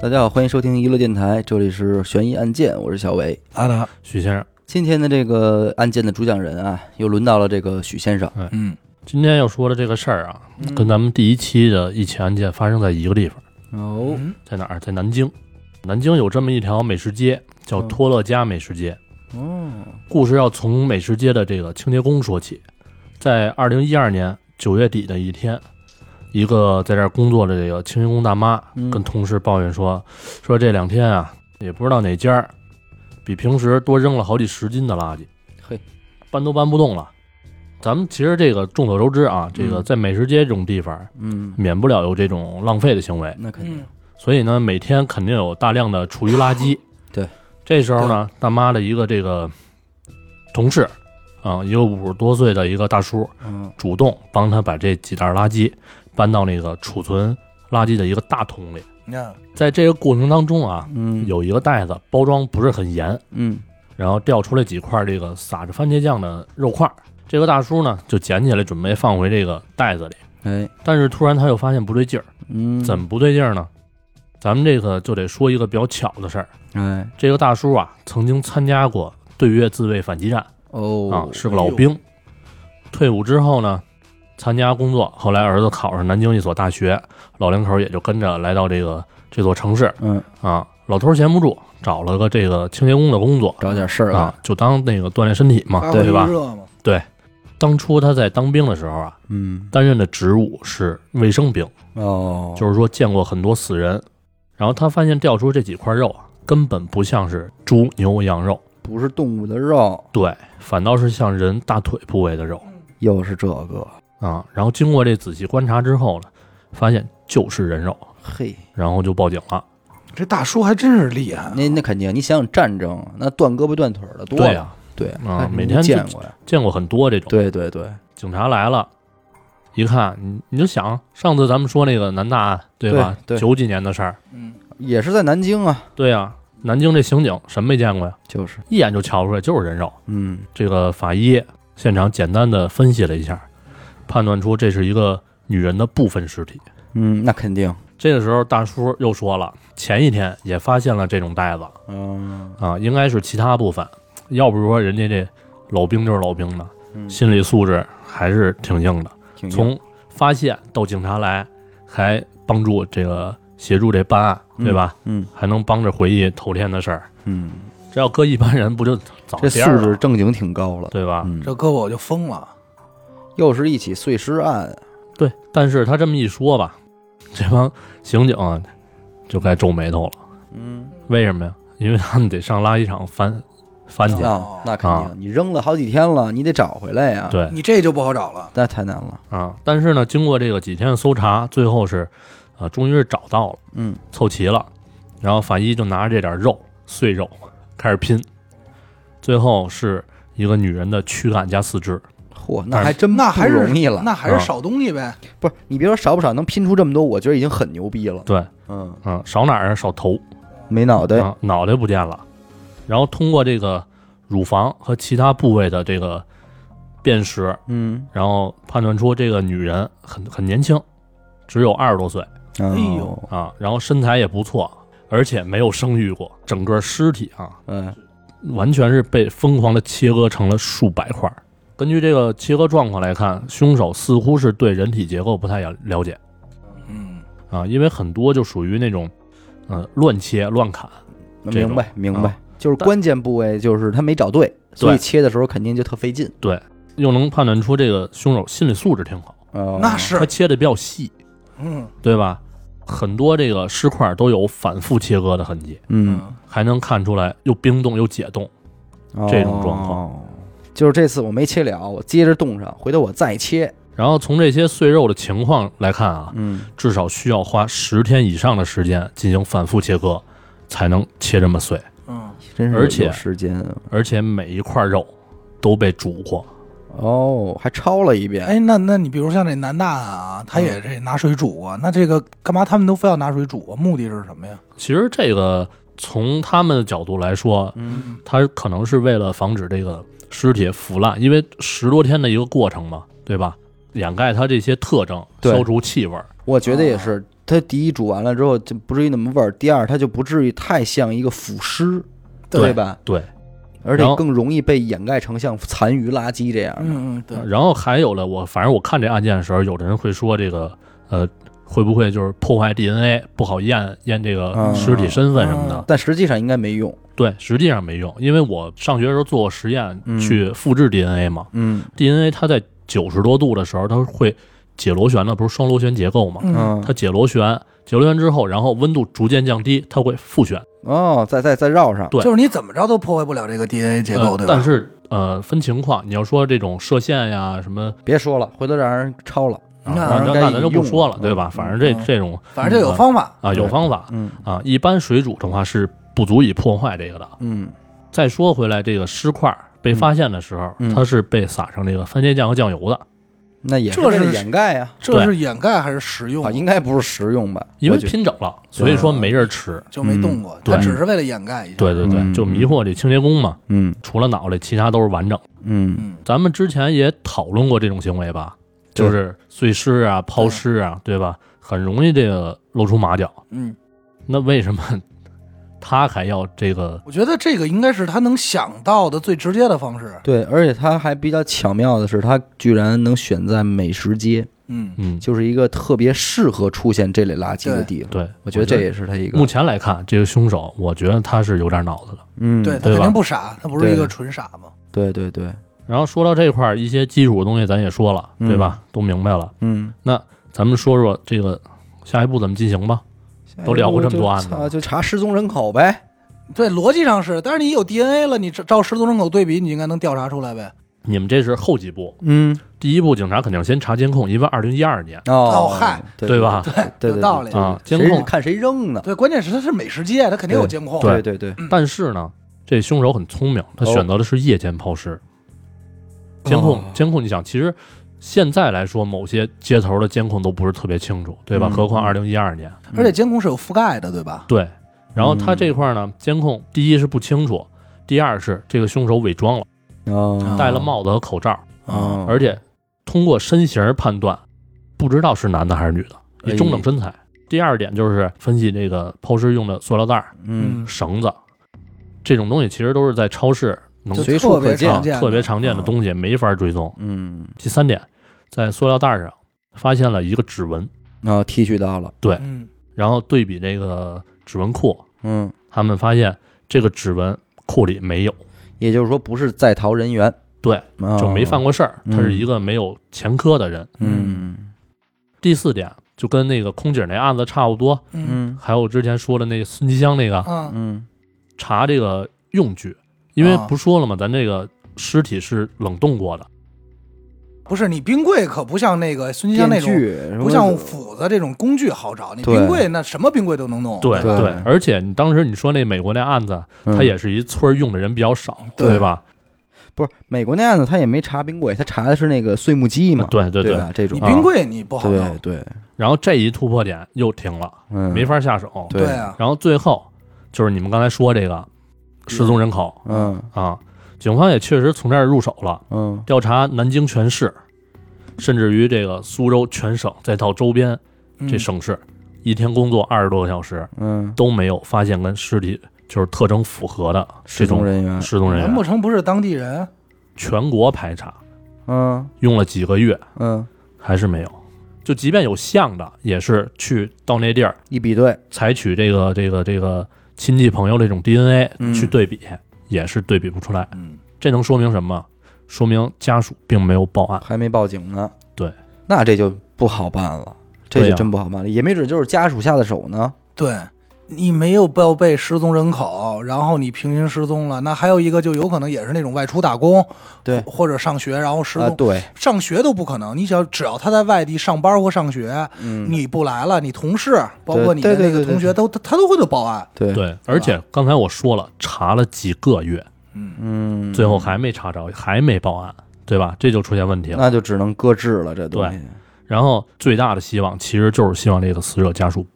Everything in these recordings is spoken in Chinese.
大家好，欢迎收听娱乐电台，这里是悬疑案件，我是小伟。阿达，许先生，今天的这个案件的主讲人啊，又轮到了这个许先生。嗯，今天要说的这个事儿啊，跟咱们第一期的一起案件发生在一个地方，哦嗯在哪儿？在南京。南京有这么一条美食街，叫嗯托乐家美食街。哦，故事要从美食街的这个清洁工说起。在二零一二年九月底的一天，一个在这儿工作的这个清洁工大妈嗯跟同事抱怨说：“说这两天啊，也不知道哪家儿比平时多扔了好几十斤的垃圾，嘿，搬都搬不动了。”咱们其实这个众所周知啊，这个嗯在美食街这种地方，嗯，免不了有这种浪费的行为，那肯定，。所以呢，每天肯定有大量的厨余垃圾对，这时候呢，大妈的一个这个同事，啊、一个五十多岁的一个大叔，嗯主动帮他把这几袋垃圾搬到那个储存垃圾的一个大桶里。那在这个过程当中啊，嗯，嗯有一个袋子包装不是很严，嗯然后掉出来几块这个撒着番茄酱的肉块儿。这个大叔呢，就捡起来准备放回这个袋子里，哎但是突然他又发现不对劲儿。嗯，怎么不对劲儿呢？咱们这个就得说一个比较巧的事儿。哎这个大叔啊，曾经参加过对越自卫反击战啊哦，是个老兵。退伍之后呢，参加工作，后来儿子考上南京一所大学，老两口也就跟着来到这个这座城市嗯，啊。老头儿闲不住，找了个这个清洁工的工作找点事儿啊，，就当那个锻炼身体嘛，啊发对吧挥？热嘛，当初他在当兵的时候啊，嗯担任的职务是卫生兵。哦，就是说见过很多死人，然后他发现掉出这几块肉啊，根本不像是猪、牛、羊肉，不是动物的肉，对，反倒是像人大腿部位的肉又是这个，啊。然后经过这仔细观察之后呢，发现就是人肉，嘿，然后就报警了。这大叔还真是厉害啊，那那肯定，你想想战争，那断胳膊断腿儿的多对了，啊，对啊那你每天见就过呀，见过很多这种。对对对，警察来了，一看你你就想上次咱们说那个南大案对吧？对对九几年的事儿，嗯，也是在南京啊，对呀、南京这刑警什么没见过呀？就是，一眼就瞧出来就是人肉。嗯这个法医现场简单的分析了一下，判断出这是一个女人的部分尸体。嗯，那肯定，这个时候，大叔又说了，前一天也发现了这种袋子嗯啊，应该是其他部分，要不说人家这老兵就是老兵的，嗯，心理素质还是挺硬的。挺硬从发现到警察来，还帮助这个协助这办案，对吧？嗯还能帮着回忆头天的事儿，嗯，这要搁一般人不就早这素颠儿质了，正经挺高了，对吧？嗯，这搁我就疯了，又是一起碎尸案，对，但是他这么一说吧， 这帮刑警啊就该皱眉头了。嗯，为什么呀？因为他们得上垃圾场翻翻去啊那那肯啊定，你扔了好几天了，你得找回来呀，，对你这就不好找了，那太难了，啊，但是呢，经过这个几天的搜查，最后是，呃，终于是找到了，嗯，凑齐了。然后法医就拿着这点肉碎肉开始拼，最后是一个女人的躯干加四肢。嚯，那还真不那还是容易了，那还是少东西呗，不是你别说少不少，能拼出这么多，我觉得已经很牛逼了，对，嗯，嗯，少哪儿啊？少头，没脑袋，啊，脑袋不见了。然后通过这个乳房和其他部位的这个辨识，嗯，然后判断出这个女人很很年轻，只有二十多岁哎呦，啊，然后身材也不错，而且没有生育过，整个尸体啊嗯，完全是被疯狂的切割成了数百块儿。根据这个切割状况来看，凶手似乎是对人体结构不太了了解嗯，啊，因为很多就属于那种，呃，乱切乱砍，这种明白明白啊，就是但关键部位就是他没找对，所以切的时候肯定就特费劲，又能判断出这个凶手心理素质挺好，哦那是他，切的比较细，嗯对吧？很多这个尸块都有反复切割的痕迹，嗯。，还能看出来又冰冻又解冻。这种状况哦。就是这次我没切了，我接着冻上，回头我再切。然后从这些碎肉的情况来看啊，嗯，至少需要花十天以上的时间进行反复切割，才能切这么碎，嗯，真是而且有时间啊而且每一块肉都被煮过。哦，还抄了一遍。哎，那那你比如像这南大啊，他也这拿水煮啊，那这个干嘛他们都非要拿水煮啊？目的是什么呀？其实这个从他们的角度来说，嗯他可能是为了防止这个尸体腐烂，因为十多天的一个过程嘛，对吧？掩盖它这些特征，对消除气味儿。我觉得也是，它第一煮完了之后就不至于那么味儿，第二它就不至于太像一个腐尸，对吧？对，而然且后更容易被掩盖成像残余垃圾这样的。嗯嗯，对，然后还有了我，反正我看这案件的时候，有的人会说这个呃，会不会就是破坏 DNA 不好验验这个嗯尸体身份什么的？嗯但实际上应该没用。对，实际上没用，因为我上学的时候做过实验，嗯去复制 DNA 嘛嗯，DNA 它在九十多度的时候，它会解螺旋的，不是双螺旋结构嘛？嗯嗯它解螺旋，解螺旋之后，然后温度逐渐降低，它会复旋。哦，再再再绕上。对就是你怎么着都破坏不了这个 DNA 结构，呃对吧？但是呃，分情况，你要说这种射线呀什么，别说了，回头让人抄了。那那应那该那咱就不用说了了，对吧？反正这嗯这种反正就有方法，啊有对方法嗯啊，一般水煮的话是不足以破坏这个的。嗯再说回来，这个尸块儿被发现的时候，嗯它是被撒上这个番茄酱和酱油的，那也是这为了是掩盖啊，这是掩盖还是实用啊，？应该不是食用吧？因为我觉得拼整了，所以说没人吃。就没动过，对它只是为了掩盖一下。嗯对对嗯对，就迷惑这清洁工嘛，嗯除了脑袋，其他都是完整。嗯嗯，咱们之前也讨论过这种行为吧，对就是碎尸啊、抛尸啊，对吧？很容易这个露出马脚。嗯，那为什么他还要这个？我觉得这个应该是他能想到的最直接的方式。对，而且它还比较巧妙的是，它居然能选在美食街，嗯，嗯，就是一个特别适合出现这类垃圾的地方。对，我觉得这也是它一个目，前来看，这个凶手，我觉得他是有点脑子的。嗯，对，他对吧肯定不傻，他不是一对个纯傻嘛。对对对，然后说到这块儿，一些基础的东西咱也说了，对吧？都明白了。嗯，咱们说说这个下一步怎么进行吧。都聊过这么多案子啊，就查失踪人口呗。对，逻辑上是，但是你有 DNA 了，你照照失踪人口对比，你应该能调查出来呗。你们这是后几步，嗯，第一步警察肯定先查监控，因为二零一二年哦哦，嗨，对吧？对有道理啊，对监对，谁控看谁扔呢？对，关键是他是美食街，他肯定有监控。对对对，但是呢，这凶手很聪明，他哦选择的是夜间抛尸。监控，哦监控，你想，其实现在来说，某些街头的监控都不是特别清楚，对吧？嗯何况二零一二年，而且监控是有覆盖的，对吧？对。然后嗯他这块儿呢，监控第一是不清楚，第二是这个凶手伪装了，嗯哦，戴了帽子和口罩，哦，嗯而且通过身形儿判断，不知道是男的还是女的，哎以中等身材。第二点就是分析这个抛尸用的塑料袋儿、嗯，绳子这种东西，其实都是在超市能啊就随处特别可见啊常见的，特别常见的嗯东西没法追踪。嗯，第三点，在塑料袋上发现了一个指纹，然后剃须刀了，对嗯，然后对比这个指纹库，嗯，他们发现这个指纹库里没有，也就是说不是在逃人员，对，哦就没犯，过事儿，嗯他是一个没有前科的人。嗯第四点，就跟那个空姐那案子差不多，嗯嗯还有之前说的那个孙吉香那个嗯嗯查这个用具，因为哦啊不说了嘛，咱这个尸体是冷冻过的，不是你冰柜可不嗯像那个孙金香电那种，锯什么不像斧子这种工具好找。你对冰柜那什么冰柜都能弄，对对而且你当时你说那美国那案子，嗯它也是一村儿用的人比较少，对对吧？不是美国那样子，他也没查冰柜，他查的是那个碎木机嘛，对对对。吧？这种你冰柜你不好啊对弄，对，然后这一突破点又停了，嗯，没法下手。对啊，然后最后就是你们刚才说这个失踪人口嗯啊，警方也确实从这儿入手了，嗯调查南京全市，甚至于这个苏州全省，再到周边嗯这省市，一天工作二十多个小时嗯，都没有发现跟尸体就是特征符合的这失踪种人员，失踪人难员不，成不是当地人？全国排查嗯用了几个月嗯，还是没有。就即便有像的，也是去到那地儿一比对，采取这个这个这个亲戚朋友这种 DNA 嗯去对比，也是对比不出来。嗯，这能说明什么？说明家属并没有报案。还没报警呢，对，那这就不好办了，这对就呀真不好办了，也没准就是家属下的手呢，对。你没有报备失踪人口，然后你平行失踪了，那还有一个就有可能也是那种外出打工，对或者上学然后失啊踪，对，上学都不可能。你想，只要他在外地上班或上学，嗯你不来了，你同事包括你的对对那个对对同学都他他都会有报案。对，对，而且刚才我说了，查了几个月，嗯，嗯，最后还没查着，还没报案，对吧？这就出现问题了。那就只能搁置了这东西，然后最大的希望其实就是希望这个死者家属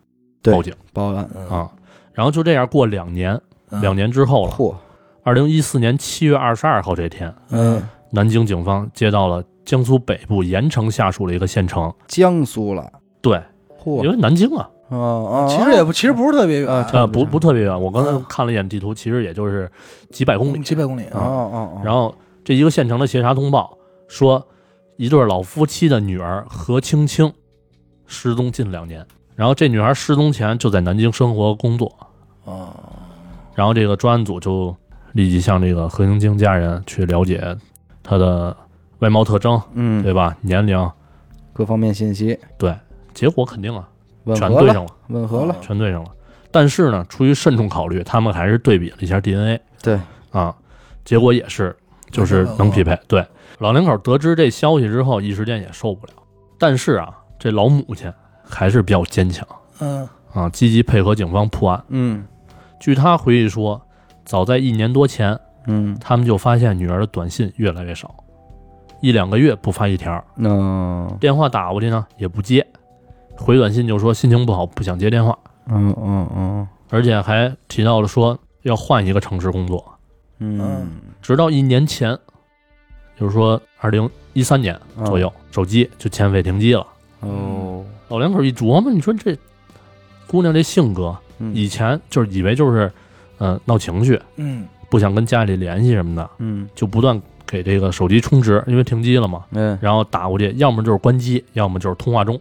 对报警报案，啊。然后就这样过两年，嗯两年之后了，嚯，二零一四年七月二十二号这天，嗯，南京警方接到了江苏北部盐城下属的一个县城，江苏了，对，因嚯，为南京啊，哦哦，其实也不，其实不是特别远，啊差呃，不不特别远，我刚才嗯看了一眼地图，其实也就是几百公里。几百公里哦啊，哦哦，然后这一个县城的协查通报说，一对老夫妻的女儿何青青失踪近两年，然后这女孩失踪前就在南京生活工作，哦然后这个专案组就立即向这个何青青家人去了解她的外貌特征，嗯，对吧？年龄，各方面信息结果肯定啊，吻全合对了，上了，吻合了，全对上了。但是呢，出于慎重考虑，他们还是对比了一下 DNA 对，啊，结果也是就是能匹配。对，老两口得知这消息之后，一时间也受不了。但是啊，这老母亲还是比较坚强嗯，啊，积极配合警方破案。嗯据她回忆说，早在一年多前，嗯，他们就发现女儿的短信越来越少，一两个月不发一条，那电话打过去呢也不接，回短信就说心情不好，不想接电话。嗯嗯而且还提到了说要换一个城市工作，嗯嗯直到一年前，就是说二零一三年嗯左右，手机就欠费停机了。哦，老两口一琢磨，你说这姑娘这性格，嗯以前就是以为就是，嗯、闹情绪，嗯，不想跟家里联系什么的，嗯就不断给这个手机充值，因为停机了嘛，哎然后打过去，要么就是关机，要么就是通话中。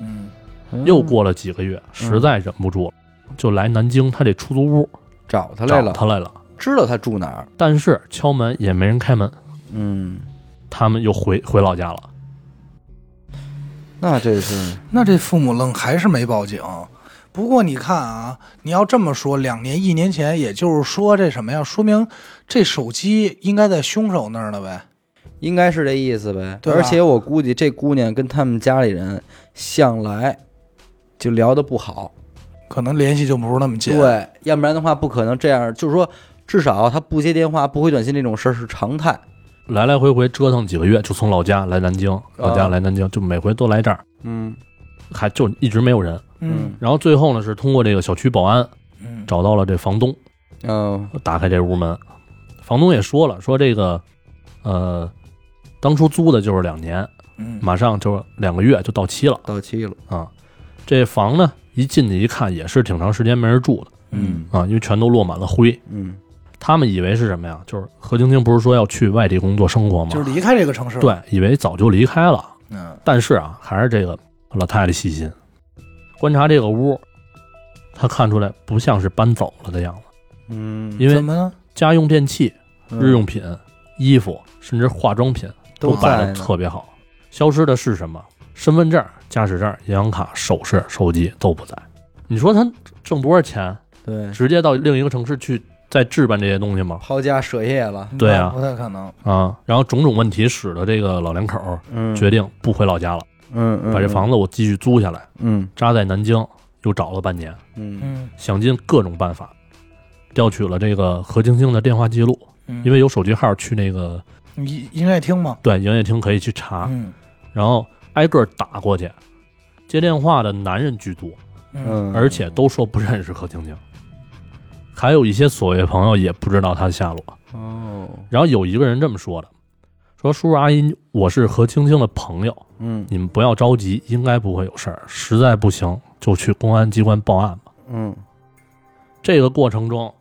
嗯，哎又过了几个月，嗯实在忍不住了，就来南京他这出租屋找他来找了，他来了，知道他住哪儿，但是敲门也没人开门。嗯，他们又回回老家了。那这 是那这父母愣还是没报警。不过你看啊，你要这么说，两年一年前，也就是说这什么呀？说明这手机应该在凶手那儿了呗。应该是这意思呗。对吧而且我估计这姑娘跟他们家里人向来就聊得不好，可能联系就不是那么紧。，对，要不然的话不可能这样。就是说，至少他不接电话、不回短信这种事儿是常态。来来回回折腾几个月，就从老家来南京，啊老家来南京，就每回都来这儿，嗯还就一直没有人。嗯然后最后呢，是通过这个小区保安嗯，找到了这房东，哦打开这屋门，房东也说了，说这个，呃，当初租的就是两年，嗯马上就两个月就到期了到期了。啊。这房呢，一进去一看，也是挺长时间没人住的嗯啊，因为全都落满了灰。嗯他们以为是什么呀？就是何晶晶不是说要去外地工作生活吗？就是离开这个城市。，对，以为早就离开了。嗯但是啊，还是这个老太太细心，观察这个屋，她看出来不像是搬走了的样子，嗯，因怎为么呢？家用电器、嗯日用品、衣服，甚至化妆品都摆在的呢特别好。消失的是什么？身份证、驾驶证、银行卡、首饰、手机都不在。你说她挣多少钱？对，直接到另一个城市去再置办这些东西吗？抛家舍业了。对啊那不太可能。啊，然后种种问题使得这个老两口嗯，决定不回老家了，嗯嗯，把这房子子我继续租下来，嗯扎在南京，又找了半年。嗯嗯想尽各种办法，调取了这个何晶晶的电话记录，嗯，因为有手机号去那个你应该听嘛。对营业厅可以去查，嗯然后挨个打过去。接电话的男人居多，嗯嗯，而且都说不认识何晶晶，还有一些所谓朋友也不知道她的下落。哦然后有一个人这么说的：“说叔叔阿姨，我是何晶晶的朋友，嗯你们不要着急，应该不会有事儿。实在不行就去公安机关报案吧。”嗯这个过程中，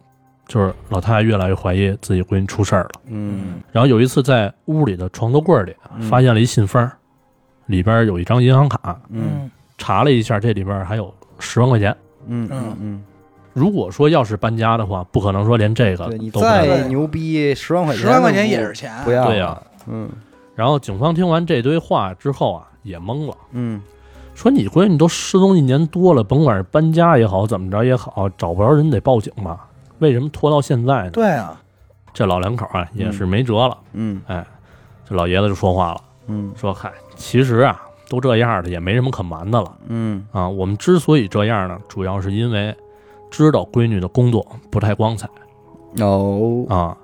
就是老太太越来越怀疑自己闺女出事儿了。嗯然后有一次在屋里的床头柜儿里啊嗯发现了一信封，里边有一张银行卡，嗯查了一下，这里边还有十万块钱。嗯嗯嗯，如果说要是搬家的话，不可能说连这个对你都不要。再牛逼，十万块钱嗯十万块钱都也是钱。啊不要对呀、啊嗯然后警方听完这堆话之后啊，也懵了，嗯说你闺女都失踪一年多了，甭管是搬家也好，怎么着也好，找不着人得报警吧？为什么拖到现在呢？对啊，这老两口啊也是没辙了，嗯这老爷子就说话了。嗯说：“嗨，其实啊，都这样的，也没什么可瞒的了嗯啊。我们之所以这样呢，主要是因为知道闺女的工作不太光彩哦啊，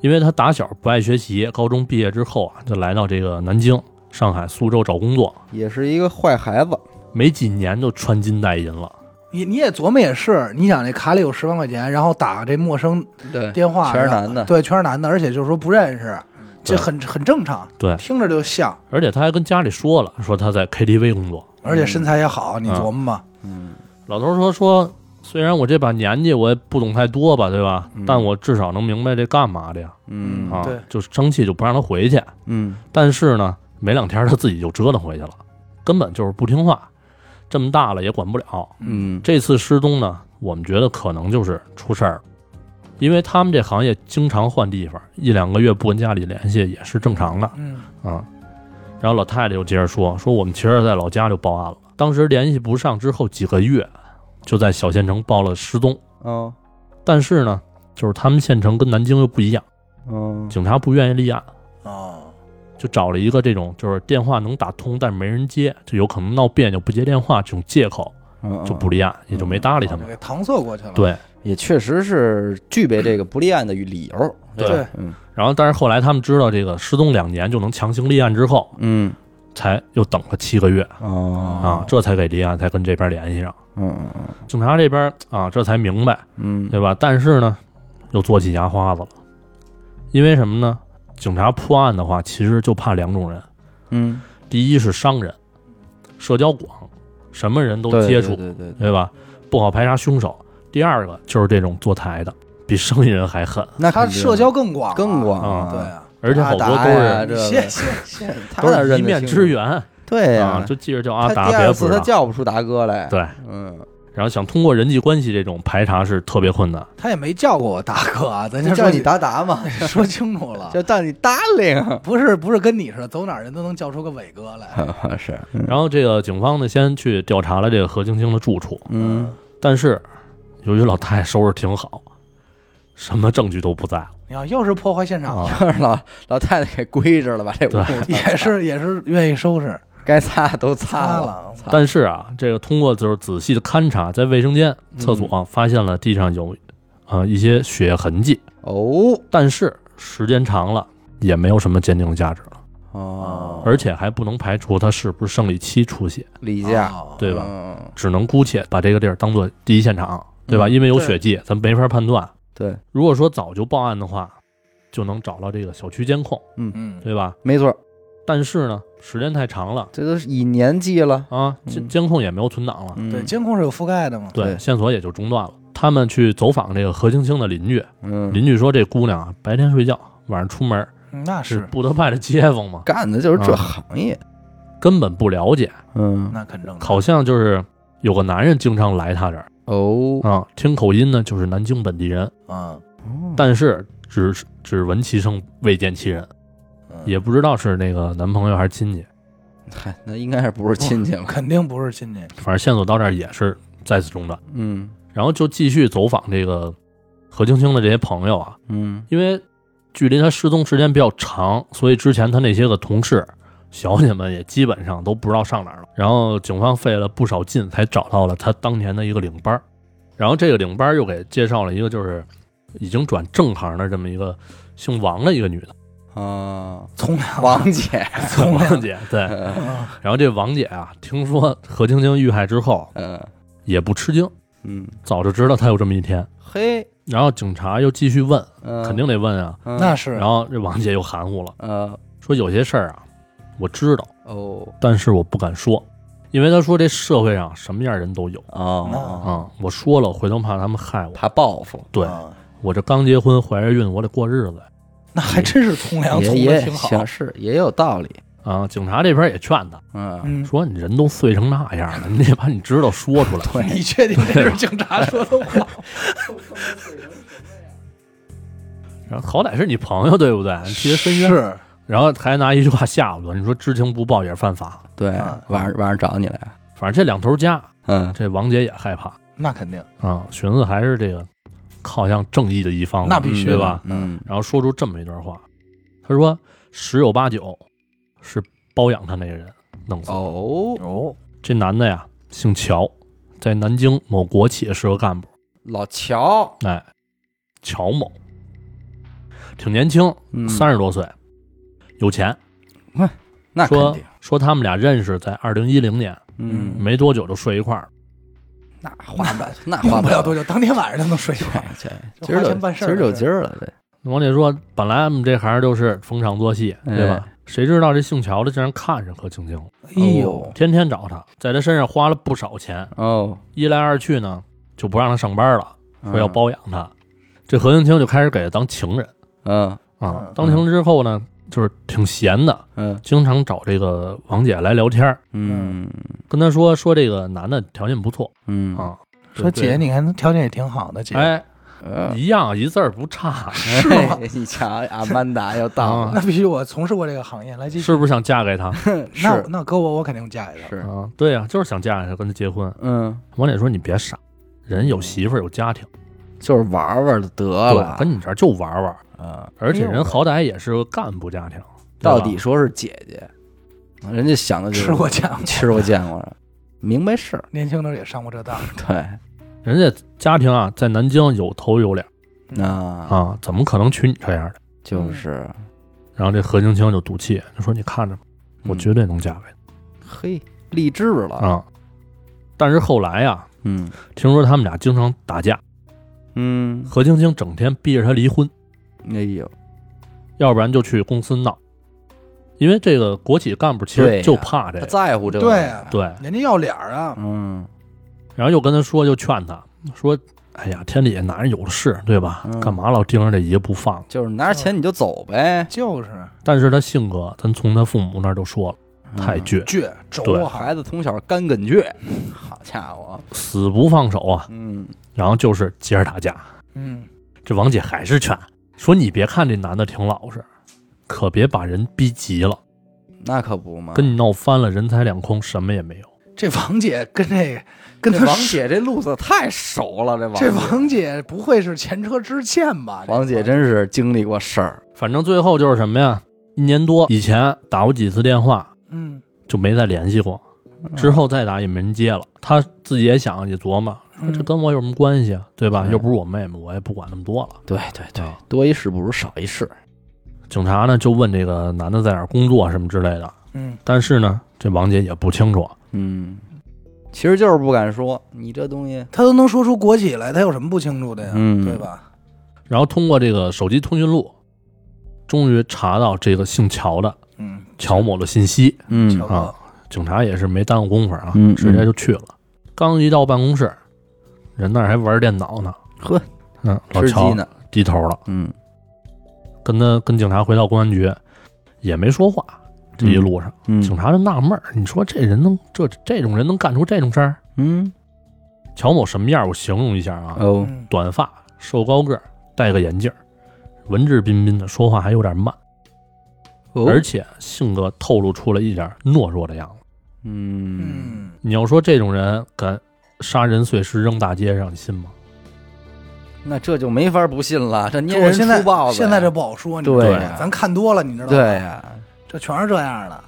因为她打小不爱学习，高中毕业之后啊，就来到这个南京、上海、苏州找工作，也是一个坏孩子，没几年就穿金戴银了。你你也琢磨也是，你想这卡里有十万块钱，然后打这陌生对，电话，全是然后男的对，全是男的，而且就是说不认识，这对很很正常，对听着就像，而且她还跟家里说了，说她在 KTV 工作。而且身材也好，你琢磨吧，嗯老头说说，虽然我这把年纪我也不懂太多吧，对吧？但我至少能明白这干嘛的呀，嗯啊对，就是生气就不让他回去。嗯但是呢，没两天他自己就折腾回去了，根本就是不听话，这么大了也管不了。嗯这次失踪呢，我们觉得可能就是出事儿了，因为他们这行业经常换地方，一两个月不跟家里联系也是正常的嗯啊。然后老太太又接着说：“说我们其实在老家就报案了，当时联系不上，之后几个月就在小县城报了失踪。哦但是呢，就是他们县城跟南京又不一样，哦警察不愿意立案，哦，就找了一个这种就是电话能打通但没人接，就有可能闹别扭不接电话这种借口，嗯就不立案，也就没搭理他哦们。给搪塞过去了。对，也确实是具备这个不立案的理由。对对，嗯然后，但是后来他们知道这个失踪两年就能强行立案之后，嗯才又等了七个月哦啊，这才给立案，才跟这边联系上。嗯嗯警察这边啊，这才明白，嗯对吧？但是呢，又做起牙花子了，因为什么呢？警察破案的话，其实就怕两种人，嗯，第一是商人，社交广，什么人都对接触，对对对对对吧？不好排查凶手。第二个就是这种做台的，比生意人还狠，那他肯定社交更广啊，更广啊对啊，而且好多都阿达呀是这个谢谢 谢，他都哪认是得一面清之楚？缘对啊，呀，就记着叫阿他达，第别二不次知他道叫不出达哥来。对，嗯，然后想通过人际关系这种排查是特别困难。嗯他也没叫过我大哥啊，咱就叫说你达达嘛， 说清楚 了，就叫你达令。不是不是跟你似的，走哪儿人都能叫出个伟哥来。 是，然后这个警方呢，先去调查了这个何晶晶的住处，嗯但是由于老太太收拾挺好，什么证据都不在了你看，又是破坏现场，啊。就是嗯 老老太太给归置了吧，这屋也是也是愿意收拾， 该擦的都擦擦了。了，操但是啊，这个通过就是仔细的勘察，在卫生间、嗯厕所、发现了地上有呃一些血液痕迹， 哦但是时间长了也没有什么鉴定价值了，哦，而且还不能排除他是不是生理期出血，例假啊哦对吧？吧？只能姑且把这个地儿当做第一现场，对吧？嗯因为有对血迹，咱没法判断。对，如果说早就报案的话，就能找到这个小区监控，嗯，对吧？没错，但是呢，时间太长了这都是以年纪了。啊，监嗯监控也没有存档了，嗯对，监控是有覆盖的嘛，对，对线索也就中断了。他们去走访这个何青青的邻居，嗯，邻居说这姑娘啊，白天睡觉，晚上出门，嗯那是是不德派的街坊嘛，干的就是这啊行业。根本不了解，嗯，那肯正常。好像就是有个男人经常来她这儿哦，啊，听口音呢就是南京本地人，嗯，哦但是只只闻其声未见其人，嗯也不知道是那个男朋友还是亲戚。嗨，那应该是不是亲戚了？肯定不是亲戚，反正线索到这儿也是再次中断，嗯然后就继续走访这个何青青的这些朋友啊，嗯因为距离她失踪时间比较长，所以之前她那些个同事、小姐们也基本上都不知道上哪儿了。然后警方费了不少劲才找到了她当年的一个领班儿，然后这个领班儿又给介绍了一个就是已经转正行的这么一个姓王的一个女的，啊，从良王姐，从王良，姐。对，嗯然后这王姐啊，听说何青青遇害之后嗯也不吃惊，嗯，早就知道她有这么一天。嘿，然后警察又继续问，嗯肯定得问啊。嗯那是然后这王姐又含糊了，呃说有些事儿啊，我知道，哦但是我不敢说，因为她说这社会上什么样人都有嗯哦，啊、我说了，回头怕他们害我。怕报复，对嗯我这刚结婚，怀着孕，我得过日子呀那还真是从良，也从的也挺好。行是也有道理。啊！警察这边也劝他嗯，嗯，说：“你人都碎成那样 了，你得把你知道说出来。你确定这是警察说的话？ 然后好歹是你朋友，对不对？你替他申冤，是然后还拿一句话吓唬他，你说知情不报也是犯法。对啊，晚上晚上找你来。反正这两头夹，嗯这王姐也害怕。那肯定，啊，寻思还是这个靠向正义的一方吧，那必须对的吧？嗯然后说出这么一段话，他说十有八九是包养他那个人弄死的。哦，哦，这男的呀，姓乔，在南京某国企是个干部，老乔，哎，乔某，挺年轻，嗯三十多岁，有钱。那肯说定，说他们俩认识在二零一零年，嗯，没多久就睡一块儿了。那花不了 那花用不了多多久，当天晚上就 能睡着。这就今儿花就钱办事今儿儿了有这今儿了，这哎王姐说，本来我们这行就是逢场作戏，对吧？谁知道这姓乔的竟然看上柯青青了，哎呦，天天找她，在她身上花了不少钱，哦，一来二去呢，就不让她上班了，嗯说要，包养她。这何青青就开始给她当情人嗯啊嗯，当情人之后呢，就是挺闲的，嗯经常找这个王姐来聊天儿，嗯跟她说说这个男的条件不错嗯，啊，对说姐，你看她条件也挺好的，姐，哎，呃，一样一字儿不 差，啊是吗？你瞧，阿曼达要到了，那必须我从事过这个行业，来继续。是不是想嫁给他？那是那搁我，我肯定嫁给他。是，啊，对呀、就是想嫁给他，跟他结婚。嗯，王王姐说：“你别傻，人有媳妇儿有家庭，就是玩玩就得对，嗯了，跟你这儿就玩玩。啊，而且人好歹也是个干部家庭，对吧到底说是姐姐，人家想的就是吃过见过， 吃过见过，明白 事儿，年轻的时候也上过这当。对，人家家庭啊，在南京有头有脸那啊，怎么可能娶你这样的？”就是，嗯然后这何青青就赌气，就说：“你看着吧，我绝对能嫁给嗯嘿，励志他了，啊。”但是后来呀、嗯听说他们俩经常打架，嗯，何青青整天逼着他离婚，哎呦，要不然就去公司闹，因为这个国企干部其对实呀就怕这他个，在乎这个，对啊，对，人家要脸儿啊，嗯然后又跟他说，就劝他说：“哎呀，天底下男人有的是，对吧？嗯干嘛老盯着这一个不放，？”就是拿着钱你就走呗，就是但是他性格，咱从他父母那儿就说了，太嗯倔，倔轴对啊，孩子从小干梗倔， 好家伙，死不放手啊。嗯然后就是接着打架，嗯，这王姐还是劝说：“你别看这男的挺老实，可别把人逼急了，，那可不嘛，跟你闹翻了，人财两空，什么也没有。这王姐跟这跟嗯这他王姐这路子太熟了，这王这王姐不会是前车之鉴吧？王姐真是经历过事儿，反正最后就是什么呀？一年多以前打过几次电话，嗯，就没再联系过。”啊嗯之后再打也没人接了，他自己也想也琢磨，嗯这跟我有什么关系啊？对吧？对又不是我妹妹，我也不管那么多了。对对对啊，多一事不如少一事，警察呢就问这个男的在哪儿工作什么之类的，嗯但是呢，这王姐也不清楚。啊嗯，其实就是不敢说，你这东西，他都能说出国企来，他有什么不清楚的呀？嗯对吧？然后通过这个手机通讯录，终于查到这个姓乔的嗯，乔某的信息。嗯乔啊哥，警察也是没耽误功夫啊嗯，直接就去了。刚一到办公室，人那儿还玩电脑呢。呵，嗯，老吃鸡乔呢，低头了，嗯跟他跟警察回到公安局，也没说话。这一路上。嗯警察就纳闷儿，你说这人能这这种人能干出这种事儿？嗯乔某什么样儿？我形容一下啊，哦嗯短发，瘦高个儿，戴个眼镜儿，文质彬彬的，说话还有点慢，哦而且性格透露出了一点儿懦弱的样子。嗯嗯，你要说这种人敢杀人碎尸扔大街上，你信吗？那这就没法不信了，这这捏我人现在出豹子呀，现在这不好说，你知道对吗呀咱看多了，你知道吗？对，呀，这全是这样的，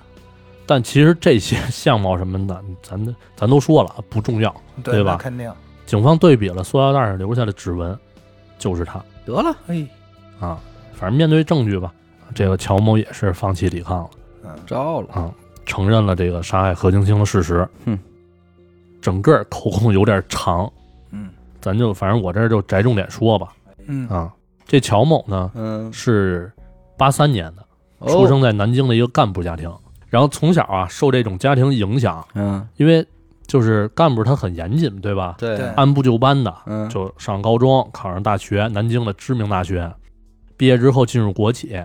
但其实这些 相貌什么的，咱咱都说了啊不重要。对吧那肯定。警方对比了塑料袋上留下的指纹，就是他得了，哎，啊。反正面对证据吧，这个乔某也是放弃抵抗了。嗯，着了，承认了这个杀害何晶晶的事实。哼， 整个口供有点长，嗯咱就反正我这儿就摘重点说吧。嗯啊，这乔某呢嗯，是八三年的，哦出，生在南京的一个干部家庭，然后从小啊受这种家庭影响，嗯，因为就是干部他很严谨，对吧？对啊对按部就班的，嗯，就上高中，考上大学，南京的知名大学，毕业之后进入国企。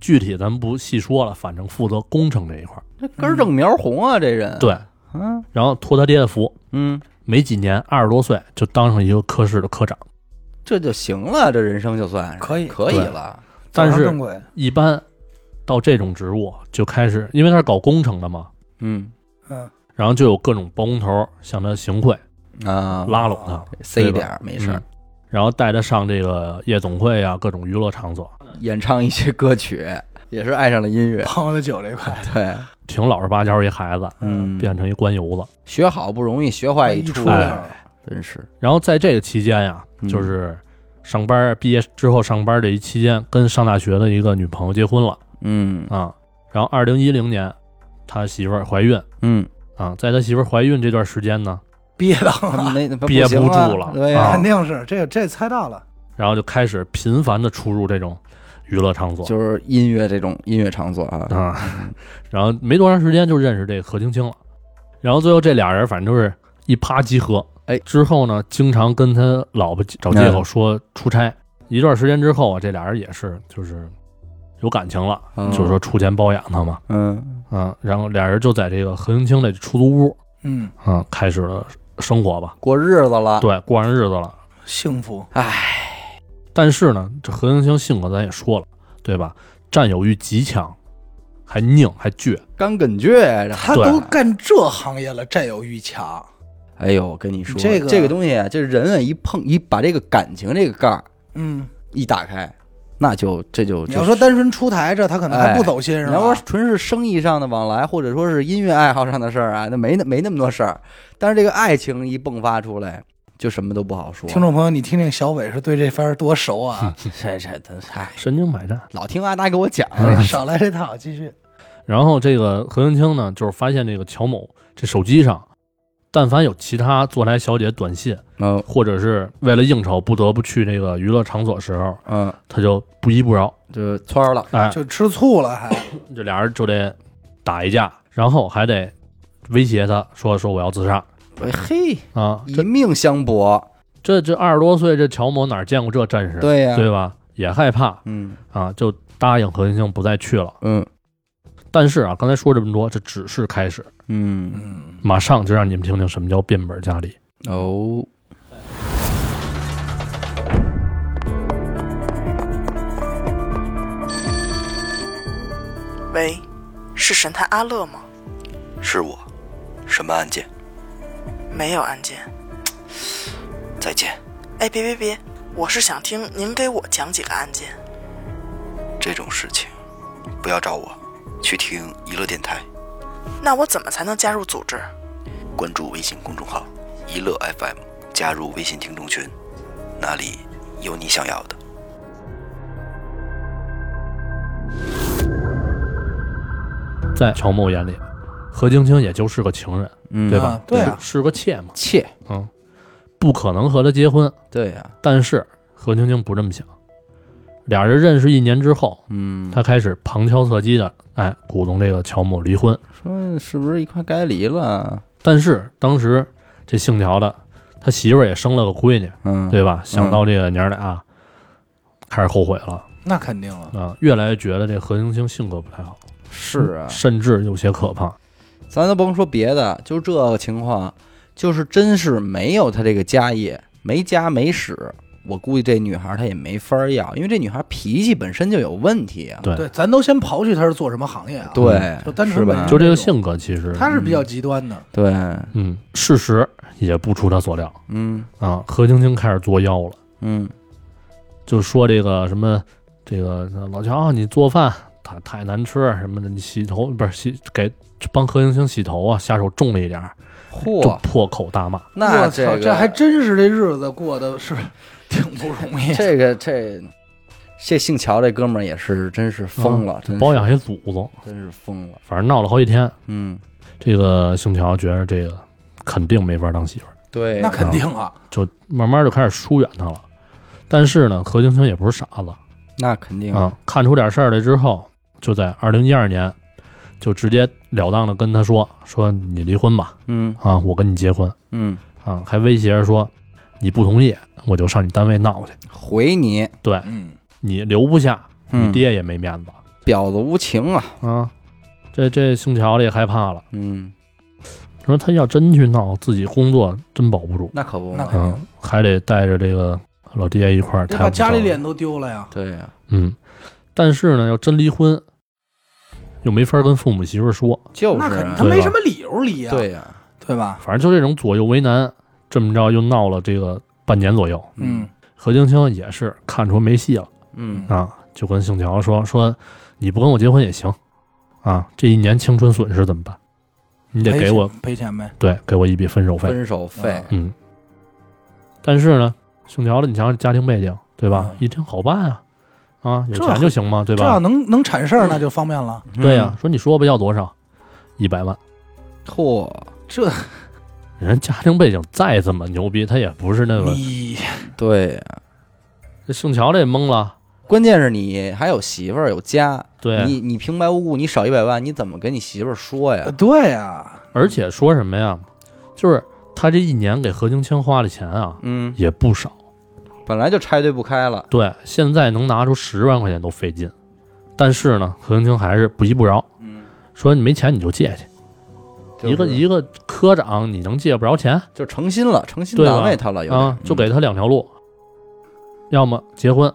具体咱们不细说了，反正负责工程这一块儿。这根正苗红啊，这人，，对，嗯然后托他爹的福，嗯，没几年，二十多岁就当上一个科室的科长。这就行了，这人生就算是可以可以对了，但走上是正轨，一般到这种职务就开始，因为他是搞工程的嘛，嗯嗯，然后就有各种包工头向他行贿、啊，拉拢他，塞一点儿没没事儿，嗯然后带他上这个夜总会啊，各种娱乐场所，演唱一些歌曲， 也是爱上了音乐，朋友的酒这块，对，挺老实巴交一孩子，嗯，变成一官油子。学好不容易，学坏一出出来，来真是，然后在这个期间呀、嗯就是上班毕业之后上班这一期间，跟上大学的一个女朋友结婚了嗯啊。然后二零一零年，他媳妇儿怀孕嗯，啊，在他媳妇儿怀孕这段时间呢，憋到 了，那那不憋不行啊住了对呀啊肯定是这这猜到了。然后就开始频繁的出入这种娱乐场 所就是音乐这种音乐场所啊，啊。 然后没多长时间就认识这个何青青了，然后最后这俩人反正就是一趴即合。哎嗯之后呢，经常跟他老婆找借口说出差。一段时间之后啊，这俩人也是就是有感情了，嗯就是说出钱包养他嘛，嗯，啊，然后俩人就在这个何青青的出租屋嗯，啊开始了生活吧，过日子了，对，过上日子了。幸福，哎，但是呢，这何青青性格咱也说了，对吧？占有欲极强，还拧还倔，干梗倔呀，这他都干这行业了，占有欲强，哎呦，我跟你说，这个这个东西啊，这人啊一碰一把这个感情这个盖儿嗯，一打开，那就这就你就要说单纯出台这，他可能还哎不走心，是你要说吧？纯是生意上的往来，或者说是音乐爱好上的事儿啊，那没那没那么多事儿。但是这个爱情一迸发出来，就什么都不好说。听众朋友，你听听小伟是对这番儿多熟嗯啊， 这这这，哎，神经百战。老听阿达给我讲，哎少来这套，继续，然后这个何文清呢，就是发现这个乔某这手机上，但凡有其他坐台小姐短信，嗯或者是为了应酬不得不去这个娱乐场所时候，嗯，他就不依不饶，就圈儿了，哎，就吃醋了还，这俩人就得打一架，然后还得威胁他说说我要自杀哎嘿，啊！以这命相搏，这这二十多岁这乔某哪见过这阵势？对呀、对吧？也害怕嗯啊，就答应何文清不再去了。嗯但是啊，刚才说这么多，这只是开始，嗯，嗯，马上就让你们听听什么叫变本加厉。哦，喂，是神探阿乐吗？是我，什么案件？没有案件。再见，哎，别别别，我是想听您给我讲几个案件。这种事情不要找我，去听娱乐电台，那我怎么才能加入组织？关注微信公众号“娱乐 FM”，加入微信听众群，那里有你想要的。在乔某眼里，何晶晶也就是个情人，嗯，对吧？吧啊？对啊是个妾嘛，切，嗯，不可能和他结婚。对呀、但是何晶晶不这么想，俩人认识一年之后，嗯，他开始旁敲侧击的，哎，鼓动这个乔某离婚。说是不是一块该离了？啊但是当时这姓乔的，他媳妇儿也生了个闺女，嗯，对吧？想到这个娘俩、开始后悔了那肯定了，啊，越来越觉得这何晶晶性格不太好，是啊，甚至有些可怕。咱都甭说别的，就这个情况，就是真是没有他这个家业，没家没史，我估计这女孩她也没法儿要，因为这女孩脾气本身就有问题啊。对对，咱都先刨去他是做什么行业啊，对，就单纯是吧本身就这个性格，其实，他是比较极端的，对，嗯，事实也不出他所料嗯啊，何晶晶开始作妖了。嗯就说这个什么，这个老乔，啊你做饭太太难吃什么的，你洗头不是洗给帮何星星洗头啊，下手重了一点儿，就嚯，破口大骂。那我这操，个这还真是这日子过得是 挺不容易。这个这这姓乔这哥们儿也是真是疯了，真是嗯包啊养一祖宗，真是疯了，反正闹了好几天。嗯，这个姓乔觉得这个肯定没法当媳妇儿，对那，肯定啊，就慢慢就开始疏远他了。但是呢，何晶晶也不是傻子那肯定，啊，看出点事儿来之后，就在二零一二年，就直截了当的跟他说：“说你离婚吧，嗯啊，我跟你结婚。”嗯，啊，还威胁着说你不同意，我就上你单位闹去。回你，对嗯，你留不下，你嗯，爹也没面子、婊子无情啊，啊。这这姓乔的也害怕了，嗯，说他要真去闹，自己工作真保不住，那可不嘛那，肯定嗯，还得带着这个老爹一块儿这太把不家里着脸都丢了呀。对呀，嗯。但是呢，要真离婚，又没法跟父母媳妇儿说，就是那啊肯定，他对吧没什么理由离呀，对呀，对吧？反正就这种左右为难，这么着又闹了这个半年左右。嗯，何晶晶也是看出没戏了。嗯啊，就跟姓乔说说，你不跟我结婚也行，啊，这一年青春损失怎么办？你得赔给钱我赔钱呗。对，给我一笔分手费。分手费，嗯，但是呢，姓乔的，你想想家庭背景，对吧嗯？一听好办啊，啊，有这钱就行嘛，对这嗯要吧？能能产事儿，那就方便了。嗯对呀、说你说吧，要多少？一百万。嚯，这人家庭背景再嗯怎么牛逼，他也不是那个。你对呀，这姓乔这也懵了，关键是你还有媳妇儿有家，对你你平白无故你少一百万，你怎么跟你媳妇儿说呀呃？对呀，而且说什么呀，就是他这一年给何晶清花的钱啊嗯，也不少，本来就拆对不开了，对，现在能拿出十万块钱都费劲，但是呢，何晶清还是不依不饶，嗯，说你没钱你就借去，就是一个一个科长你能借不着钱就诚心了，诚心对吧难为他了，有点啊，就给嗯他两条路，要么结婚，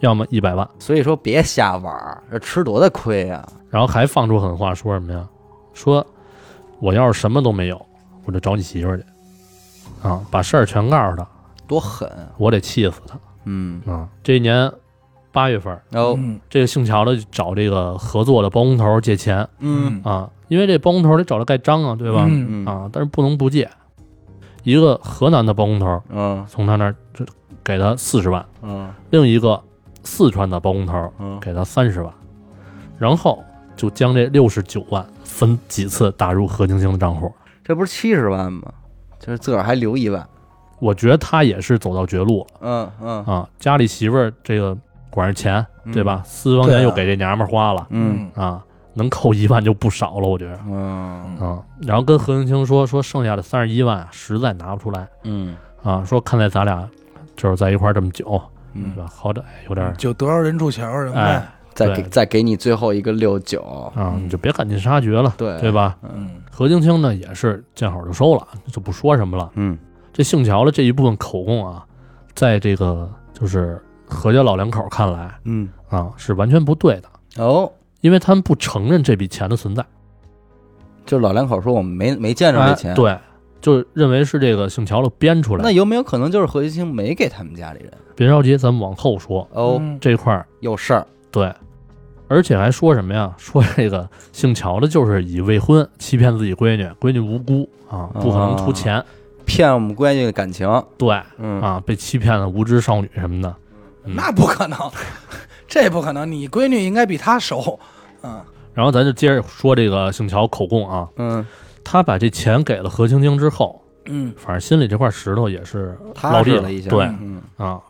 要么一百万，所以说别瞎玩儿，这吃多大亏呀、然后还放出狠话说什么呀？说我要是什么都没有，我就找你媳妇儿去，啊，把事儿全告诉他，多狠！我得气死他嗯，啊！这一年八月份儿，然后嗯这个姓乔的就找这个合作的包工头借钱嗯啊，因为这包工头得找他盖章啊，对吧？嗯嗯啊，但是不能不借。一个河南的包工头嗯从他那儿就给他四十万，嗯另一个四川的包工头嗯，给他三十万，然后就将这六十九万分几次打入何晶晶的账户。这不是七十万吗？就是自个儿还留一万。我觉得他也是走到绝路了嗯嗯啊！家里媳妇儿这个管着钱，嗯对吧？私房钱对啊又给这娘们儿花了嗯啊，能扣一万就不少了，我觉得。嗯啊，然后跟何应清说说剩下的三十一万啊，实在拿不出来嗯啊，说看在咱俩就是在一块儿这么久，对嗯，吧？好歹有点儿哎就得饶人处且饶人呗。再给对再给你最后一个六九。啊，你就别赶尽杀绝了，嗯对对吧？嗯，何应清呢也是见好就收了，就不说什么了。嗯这姓乔的这一部分口供啊，在这个就是何家老两口看来嗯啊是完全不对的，哦，因为他们不承认这笔钱的存在，就老两口说我们没没见着哎这钱。，对，就认为是这个姓乔的编出来的。那有没有可能就是何玉清没给他们家里人？别着急，咱们往后说哦，嗯这块儿。有事儿。对，而且还说什么呀？ 说这个姓乔的，就是以未婚欺骗自己闺女，闺女无辜啊，不可能出钱。骗我们闺女的感情，对，哦嗯，啊，被欺骗的无知少女什么的。嗯那不可能， 这不可能。你闺女应该比他熟。嗯然后咱就接着说这个姓乔口供啊，嗯，他把这钱给了何青青之后，嗯反正心里这块石头也是落踏地实了了一下，对嗯啊，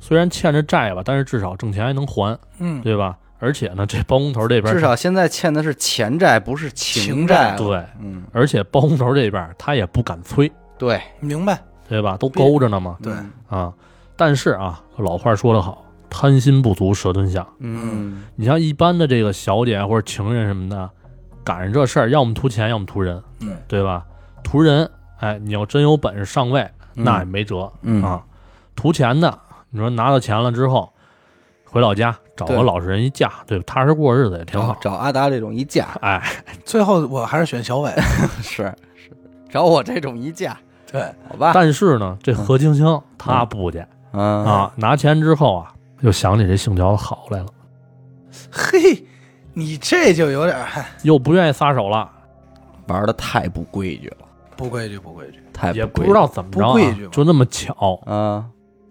虽然欠着债吧，但是至少挣钱还能还，嗯，对吧？而且呢，这包工头这边至少现在欠的是钱债，不是情债债了。对，嗯，而且包工头这边他也不敢催，对明白。对吧？都勾着呢嘛。对，嗯啊。但是啊，老话说得好，贪心不足蛇吞象。嗯你像一般的这个小姐或者情人什么的，赶上这事儿，要么图钱，要么图人，嗯，对吧？图人，哎，你要真有本事上位，嗯那也没辙、嗯啊。图钱的，你说拿到钱了之后，回老家找个对老实人一嫁，对吧？踏实过日子也挺找好。找阿达这种一嫁哎，最后我还是选小伟。 是是，找我这种一嫁，对，好吧？但是呢，这何青青她不去、嗯啊，拿钱之后啊，又想起这姓乔的好来了，嘿，你这就有点儿 又不愿意撒手了。玩的太不规矩了，不规矩，不规矩。太也不哎规矩知道怎么着、不规矩啊吧，就那么巧，啊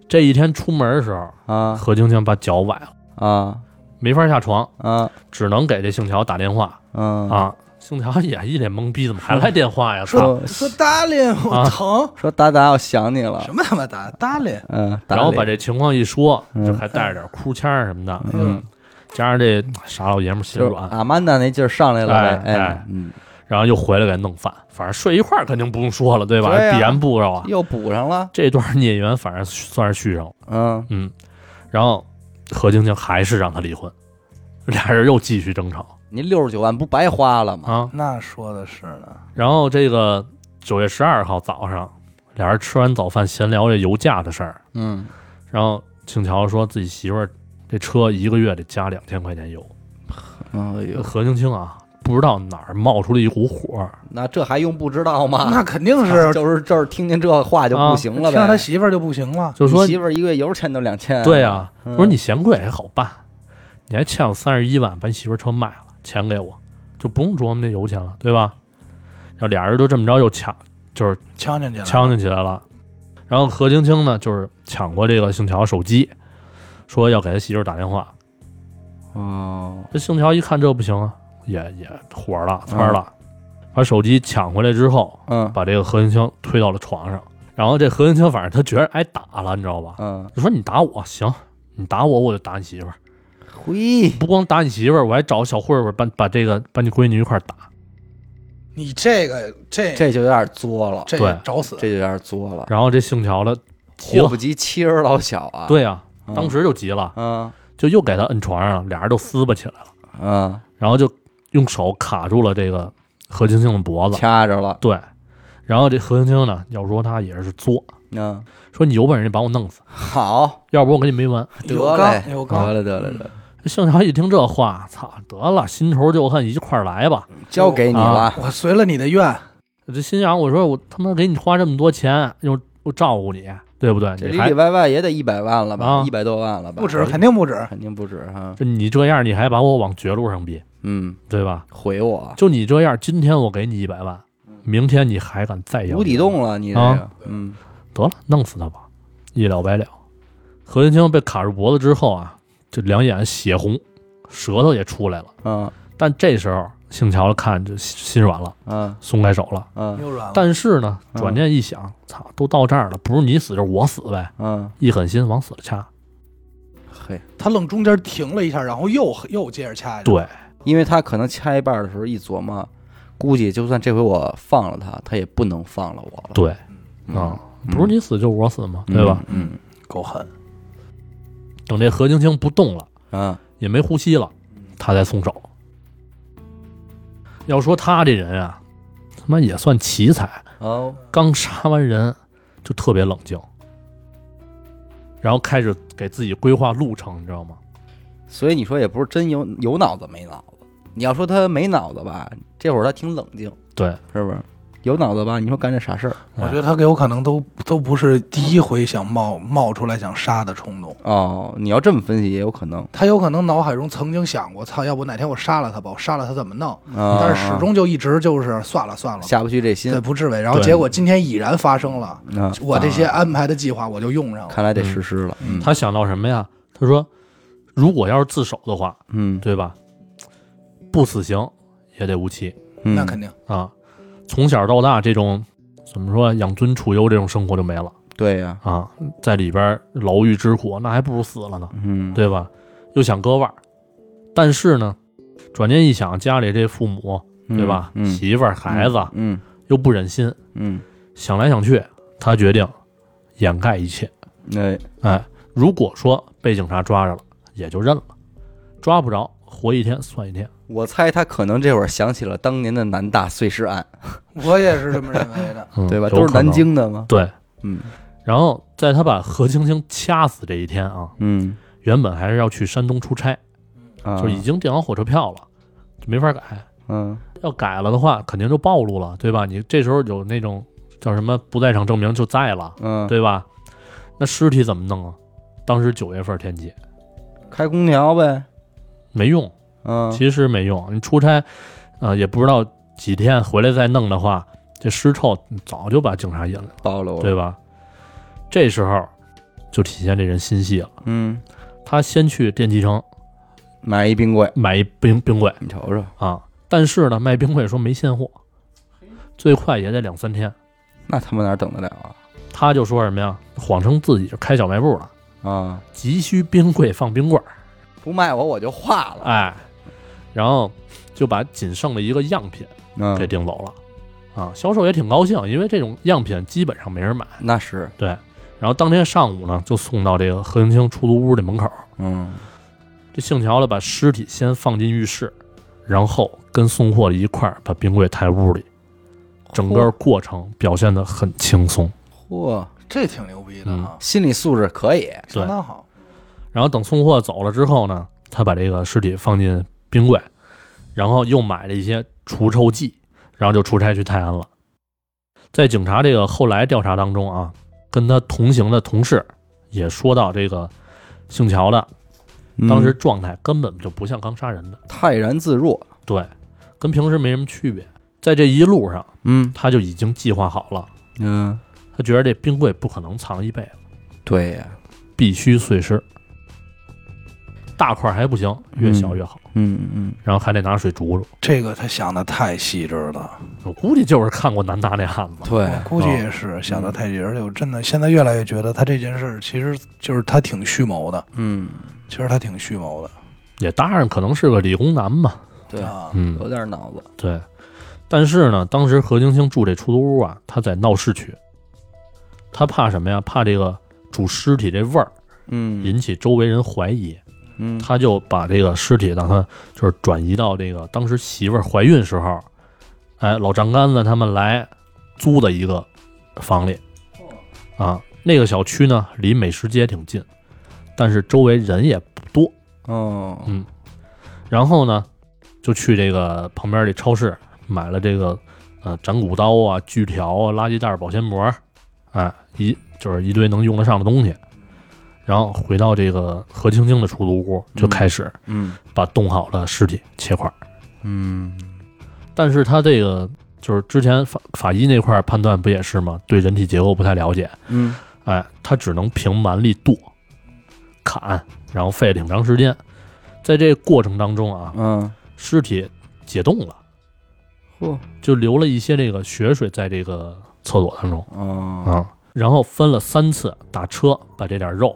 这一天出门的时候，啊何晶晶把脚崴了，啊没法下床，啊只能给这姓乔打电话嗯，啊啊。姓乔也一脸懵逼，怎么还来电话呀？操！说说 darling，我啊疼。说达达，我想你了什，么他妈打 darling？嗯，达然后把理这情况一说，嗯就还带着点哭腔儿什么的，嗯，加上这傻老爷们儿心就是软，阿曼达那劲儿上来了呗，哎哎哎，嗯，然后又回来给弄饭。反正睡一块儿肯定不用说了，对吧？对呀必然步骤啊，又补上了，这段孽缘反正算是续上了。嗯嗯，然后何晶晶还是让他离婚，俩人又继续争吵您六十九万不白花了吗？啊。那说的是呢。然后这个九月十二号早上，俩人吃完早饭闲聊这油价的事儿，嗯，然后庆乔说自己媳妇儿这车一个月得加两千块钱油。哎呦，何晶晶啊，不知道哪儿冒出了一股火儿，那这还用不知道吗？那肯定是啊 就是就是听见这话就啊不行了听呗。着他媳妇儿就不行了。就你说媳妇儿一个月油钱都两千，对啊，嗯我说你嫌贵还好办，你还欠我三十一万，把你媳妇儿车卖了，钱给我，就不用琢磨这油钱了，对吧？然后俩人就这么着又抢，就是呛呛去了。呛呛起来了。然后何晶晶呢，就是抢过这个姓乔手机，说要给他媳妇儿打电话。哦，这姓乔一看这不行啊，也也火了，窜儿了，把手机抢回来之后，嗯把这个何云清推到了床上。然后这何云清反正他觉得挨打了，你知道吧？嗯就说你打我行，你打我，我就打你媳妇儿。 嘿，不光打你媳妇儿，我还找小混混把把这个把你闺女一块儿打。你这个这这就有点作了，这对找死，这就有点作了，然后这姓乔的急祸了不，及妻儿老小啊。，对呀、嗯当时就急了，嗯就又给他摁床上了，俩人就撕巴起来了，嗯，然后就用手卡住了这个何青青的脖子。掐着了，对，然后这何青青呢，要说她也是作，嗯，说你有本事你把我弄死，好，要不我跟你没完。得嘞嗯嘞，，得有刚，了得了得了，这姓乔一听这话，操，得了，新仇旧恨一块儿来吧。嗯交给你了，我随了你的愿，我这心想，我说我他妈给你花这么多钱，又又照顾你，对不对？这你里还里外外也得一百万了吧啊，一百多万了吧，嗯不止，肯定不止。肯定不止哈，这你这样，你还把我往绝路上逼，嗯，对吧？回我就你这样，今天我给你一百万，明天你还敢再嗯要？无底洞了，你这个哎啊，嗯得了，弄死他吧，一了百了。何云清被卡住脖子之后啊，这两眼血红，舌头也出来了。嗯但这时候，姓乔的看这心心软了，嗯松开手了。嗯又软了，但是呢，嗯转念一想，操，都到这儿了，不是你死就是我死呗，嗯，一狠心往死了掐。嘿，他愣中间停了一下，然后又又接着掐下去。对，因为他可能掐一半的时候一琢磨，估计就算这回我放了他，他也不能放了我了，对，嗯啊，不是你死就是我死嘛，嗯对吧？？嗯够狠，等这何晶晶不动了，嗯也没呼吸了，他才松手。要说他这人啊，他妈也算奇才，哦，刚杀完人就特别冷静，然后开始给自己规划路程，你知道吗？所以你说也不是真有有脑子没脑子，你要说他没脑子吧，这会儿他挺冷静，对，是不是？有脑子吧？你说干这傻事儿我觉得他有可能都都不是第一回想冒冒出来想杀的冲动，哦，你要这么分析也有可能他有可能脑海中曾经想过，操，要不哪天我杀了他吧，我杀了他怎么弄？啊，嗯但是始终就一直就是算了算了，下不去这心对，。不至为。然后对结果今天已然发生了，啊我这些啊安排的计划我就用上了。看来得实施了。嗯他想到什么呀？他说，如果要是自首的话，嗯，对吧？不死刑也得无期嗯那肯定，啊！从小到大这种怎么说养尊处优这种生活就没了。对呀。啊，在里边儿牢狱之苦，那还不如死了呢，嗯，对吧？又想割腕儿，但是呢，转念一想，家里这父母，嗯对吧？嗯，媳妇儿、孩子、嗯又不忍心，嗯，想来想去，他决定掩盖一切。那哎，如果说被警察抓着了，也就认了；抓不着，活一天算一天。。我猜他可能这会儿想起了当年的南大碎尸案，我也是这么认为的嗯、对吧？都有是可能南。京的吗？对，嗯然后在他把何青青掐死这一天啊，嗯原本还是要去山东出差，啊，就是已经订好火车票了，就没法改。嗯要改了的话，肯定就暴露了，对吧？你这时候有那种叫什么不在场证明就在了，嗯，对吧？那尸体怎么弄啊？当时九月份天气开空调呗。没用，嗯，其实没用。你出差，呃，也不知道几天回来再弄的话，这尸臭早就把警察引来了，暴露了。对吧？这时候就体现这人心细了。嗯，他先去电器城买一冰柜，买一冰冰柜你瞅瞅，啊，但是呢，卖冰柜说没现货，最快也得两三天。那他妈哪等得了啊？他就说什么呀？谎称自己是开小卖部了，啊，急需冰柜放冰棍儿，不卖我我就化了。哎，然后就把仅剩的一个样品给嗯，订走了，啊，销售也挺高兴，因为这种样品基本上没人买，那是，对。然后当天上午呢，就送到这个何青青出租屋的门口。嗯这姓乔的把尸体先放进浴室，然后跟送货的一块儿把冰柜抬屋里，整个过程表现得很轻松。嚯，这挺牛逼的啊，心理素质可以。嗯对相当好。然后等送货走了之后呢，他把这个尸体放进冰柜，然后又买了一些除臭剂，然后就出差去泰安了。在警察这个后来调查当中啊，跟他同行的同事也说到，这个姓乔的嗯当时状态根本就不像刚杀人的，泰然自若。对，跟平时没什么区别。在这一路上，嗯他就已经计划好了，嗯，他觉得这冰柜不可能藏一辈子，对呀，必须碎尸。大块儿还不行，越小越好，嗯嗯，然后还得拿水煮煮。这个他想的太细致了，我估计就是看过南大那案子，对，我估计也是想的太细致，而且我真的现在越来越觉得他这件事儿其实就是他挺蓄谋的，嗯其实他挺蓄谋的也当然可能是个理工男嘛，对，啊。嗯，有点脑子，对，但是呢，当时何晶晶住这出租屋啊，她在闹市区，她怕什么呀？怕这个煮尸体这味儿嗯引起周围人怀疑，嗯，她就把这个尸体打算就是转移到这个当时媳妇儿怀孕时候，哎，老丈杆子他们来租的一个房里，啊，那个小区呢离美食街挺近，但是周围人也不多，哦，然后呢，就去这个旁边这超市买了这个呃斩骨刀啊、锯条啊、垃圾袋、保鲜膜，哎，一就是一堆能用得上的东西。然后回到这个何青青的出租屋，就开始嗯把冻好的尸体切块。嗯但是他这个就是之前法法医那块儿判断不也是吗？对人体结构不太了解，嗯哎，他只能凭蛮力剁、砍，然后费了挺长时间。在这过程当中啊，嗯，尸体解冻了。嚯，就留了一些这个血水在这个厕所当中哦，啊、然后分了三次打车把这点肉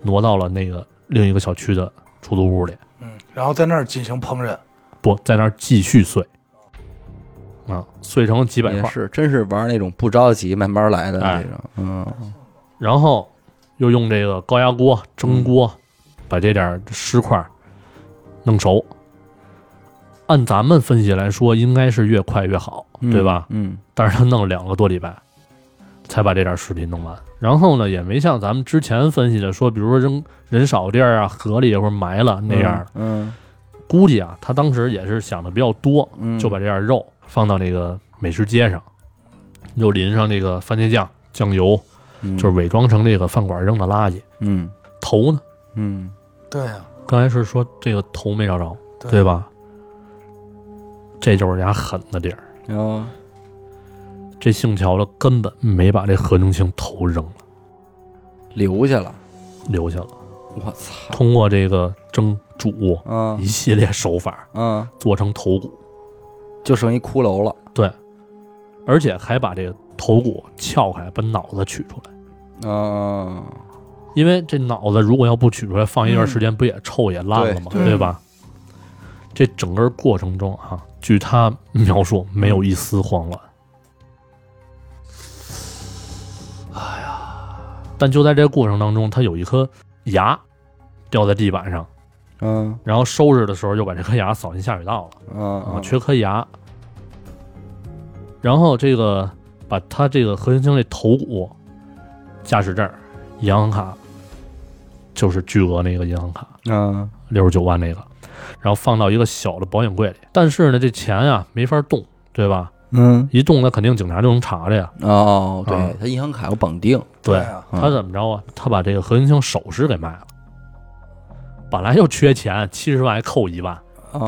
挪到了那个另一个小区的出租屋里，嗯，然后在那儿进行烹饪，不在那儿继续碎啊，碎成几百也块，是，真是玩那种不着急慢慢来的那哎种，嗯然后又用这个高压锅蒸嗯锅、把这点尸块弄熟。按咱们分析来说，应该是越快越好，嗯，对吧？嗯但是他弄了两个多礼拜，才把这点尸体弄完。然后呢，也没像咱们之前分析的说，比如说扔人少地儿啊、河里或者埋了那样儿。嗯估计啊，他当时也是想的比较多，嗯，就把这点肉放到这个美食街上，又淋上这个番茄酱、酱油，嗯就是伪装成这个饭馆扔的垃圾。嗯头呢，嗯对啊呀、刚才是说这个头没找着，对？吧？这就是人家狠的地儿。然后这姓乔的根本没把这何宁清头扔了，留下了，留下了。我操，通过这个蒸煮啊一系列手法啊，做成头骨，就剩一骷髅了。而且还把这个头骨撬开，把脑子取出来。啊，因为这脑子如果要不取出来，放一段时间不也臭也烂了吗？对对对吧？这整个过程中啊，据他描述，没有一丝慌乱。哎呀！但就在这个过程当中，他有一颗牙掉在地板上，嗯然后收拾的时候又把这颗牙扫进下水道了。啊，啊，缺颗牙。然后这个把他这个何晶晶这头骨、驾驶证、银行卡，就是巨额那个银行卡啊，六十九万那个，然后放到一个小的保险柜里。但是呢，这钱啊没法动，对吧？嗯，一动那肯定警察就能查着呀。哦，啊对他银行卡有绑定，对呀、嗯他怎么着啊？他把这个何晶晶首饰给卖了。本来就缺钱，七十万还扣一万，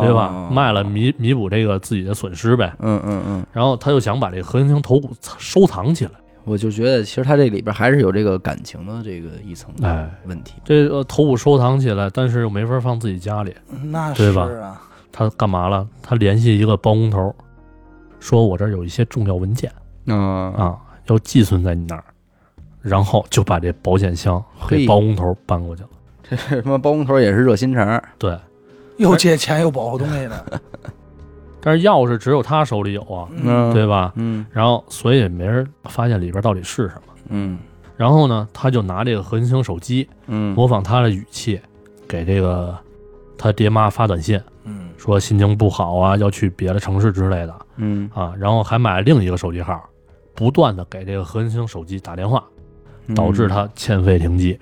对吧？哦卖了弥弥补这个自己的损失呗。嗯嗯嗯，然后他又想把这个何晶晶头骨收藏起来。我就觉得其实他这里边还是有这个感情的这个一层的哎问题。这个头骨收藏起来，但是又没法放自己家里，那是对吧啊，他干嘛了？他联系一个包工头，说我这儿有一些重要文件啊， 啊，要寄存在你那儿，然后就把这保险箱嘿给包工头搬过去了。这他妈包工头也是热心肠儿，对，又借钱又保护东西呢。哎但是钥匙只有他手里有啊，嗯，对，吧？嗯然后所以也没人发现里边到底是什么。嗯然后呢，他就拿这个何金星手机嗯，模仿他的语气，给这个他爹妈发短信，嗯，说心情不好啊，要去别的城市之类的。嗯啊，然后还买了另一个手机号，不断的给这个何金星手机打电话，嗯，导致他欠费停机。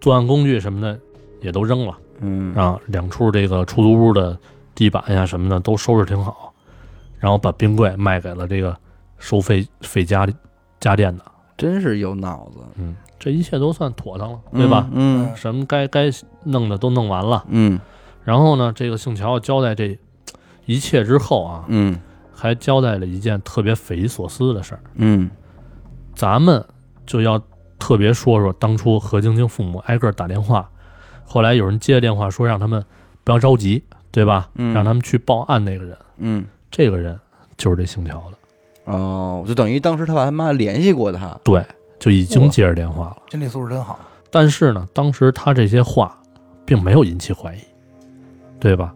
作案工具什么的也都扔了嗯啊，两处这个出租屋的地板呀什么的都收拾挺好，然后把冰柜卖给了这个收费费家里家电的，真是有脑子，嗯，这一切都算妥当了，对吧？嗯？什么该该弄的都弄完了，嗯然后呢，这个姓乔交代这一切之后啊，嗯还交代了一件特别匪夷所思的事儿。嗯咱们就要特别说说当初何晶晶父母挨个打电话后来有人接电话说让他们不要着急，对吧？嗯让他们去报案那个人，嗯，这个人就是这姓乔的，哦，就等于当时他把他妈联系过他，对，就已哇经接着电话了。心理素质真好。但是呢，当时他这些话并没有引起怀疑，对吧？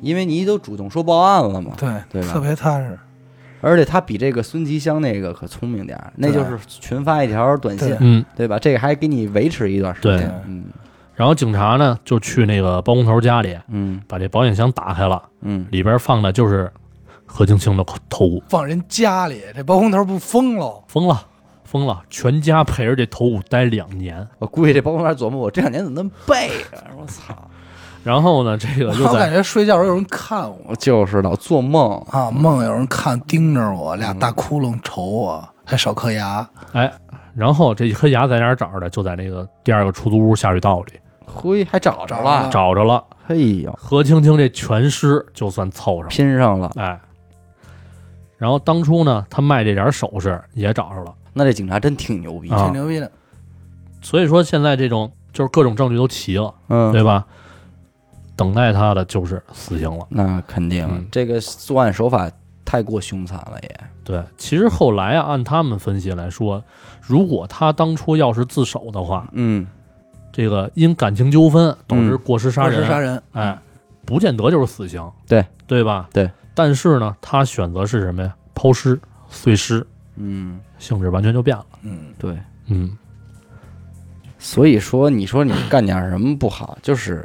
因为你都主动说报案了嘛，对，啊对吧特别踏实。而且他比这个孙吉香那个可聪明点儿，那就是群发一条短信对，嗯。对吧？这个还给你维持一段时对间，嗯然后警察呢就去那个包工头家里，嗯把这保险箱打开了，嗯，里边放的就是何晶晶的头骨，放人家里，这包工头不疯喽？疯了，疯了，全家陪着这头骨待两年。我估计这包工头琢磨我这两年怎么那么背啊？我操，然后呢，这个我又老感在觉睡觉时候有人看我我就是老做梦，啊，梦有人看盯着我，俩大窟窿瞅我，还少颗牙。哎，然后这一颗牙在哪儿找着的？就在那个第二个出租屋下水道里嘿，还找着啊了，找着了。嘿哎呦，何青青这全尸就算凑上了，拼上了。哎。然后当初呢，他卖这点首饰也找着了，那这警察真挺牛逼，啊挺牛逼的，所以说现在这种就是各种证据都齐了，对嗯，吧？等待他的就是死刑了。那肯定，嗯这个作案手法太过凶残了也。对，其实后来啊，按他们分析来说，如果他当初要是自首的话，嗯，这个因感情纠纷导致过失杀过人，失杀人，哎，不见得就是死刑，对对吧？对。但是呢，他选择是什么呀？抛尸、碎尸，嗯，性质完全就变了。嗯，对。嗯，所以说，你说你干点什么不好，就是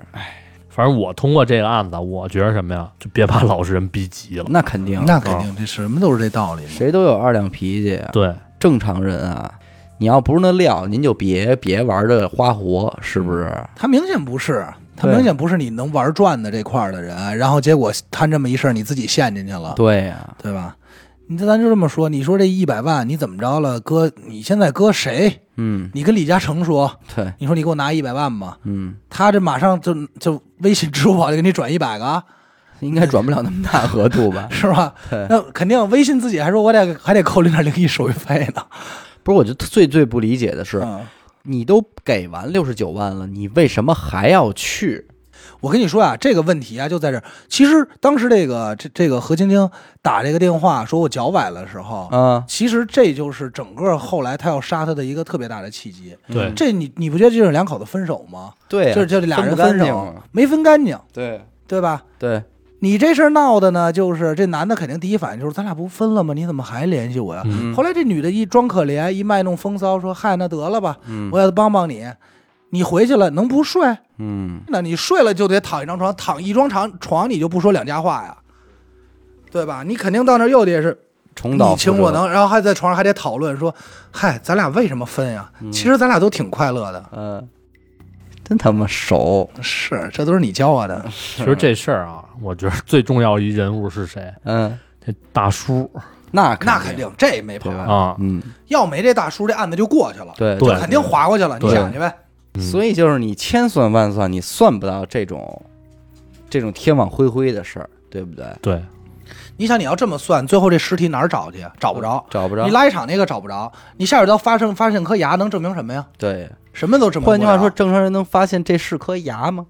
反正我通过这个案子，我觉得什么呀，就别把老实人逼急了。那肯定，那肯定，这什么都是这道理嘛。谁都有二两脾气啊。对，正常人啊，你要不是那料，您就别别玩这花活，是不是？他明显不是，他对明显不是你能玩转的这块儿的人，然后结果摊这么一事儿，你自己陷进去了，对呀、对吧？你这咱就这么说，你说这一百万你怎么着了？搁你现在搁谁？嗯，你跟李嘉诚说，对，你说你给我拿一百万吧，嗯，他这马上就就微信、支付宝就给你转一百个啊，？应该转不了那么大额度吧 是吧？对那肯定微信自己还说我得还得扣零点零一手续费呢。不是，我就最最不理解的是，嗯你都给完六十九万了，你为什么还要去？我跟你说啊，这个问题啊就在这儿。其实当时这个这这个何晶晶打这个电话说我脚崴了的时候，啊，其实这就是整个后来他要杀他的一个特别大的契机。对嗯这你你不觉得这是两口子分手吗？对、啊，就是这俩人分分不干净手啊没分干净，对对吧？对，你这事儿闹的呢，就是这男的肯定第一反应就是咱俩不分了吗？你怎么还联系我呀？嗯，嗯后来这女的一装可怜，一卖弄风骚，说嗨，那得了吧，嗯我要帮帮你。你回去了能不睡？嗯，那你睡了就得躺一张床，躺一张床床你就不说两家话呀，对吧？你肯定到那儿又得是重蹈你覆情我辙，能，然后还在床上还得讨论说，嗨，咱俩为什么分呀？其实咱俩都挺快乐的，嗯、真他妈熟，是，这都是你教我的，其实这事儿啊，我觉得最重要一人物是谁？嗯、这大叔那那肯定这没跑对，吧？啊，嗯，要没这大叔，这案子就过去了，对对肯定划过去了，你对想去呗，嗯所以就是你千算万算，你算不到这种这种天网恢恢的事儿，对不对？对，你想你要这么算，最后这尸体哪儿找去？啊找不着，找不着你。拉一场那个找不着，你下水道发现发现颗牙能证明什么呀？对，什么都证明不换了。句话说，正常人能发现这是颗牙吗？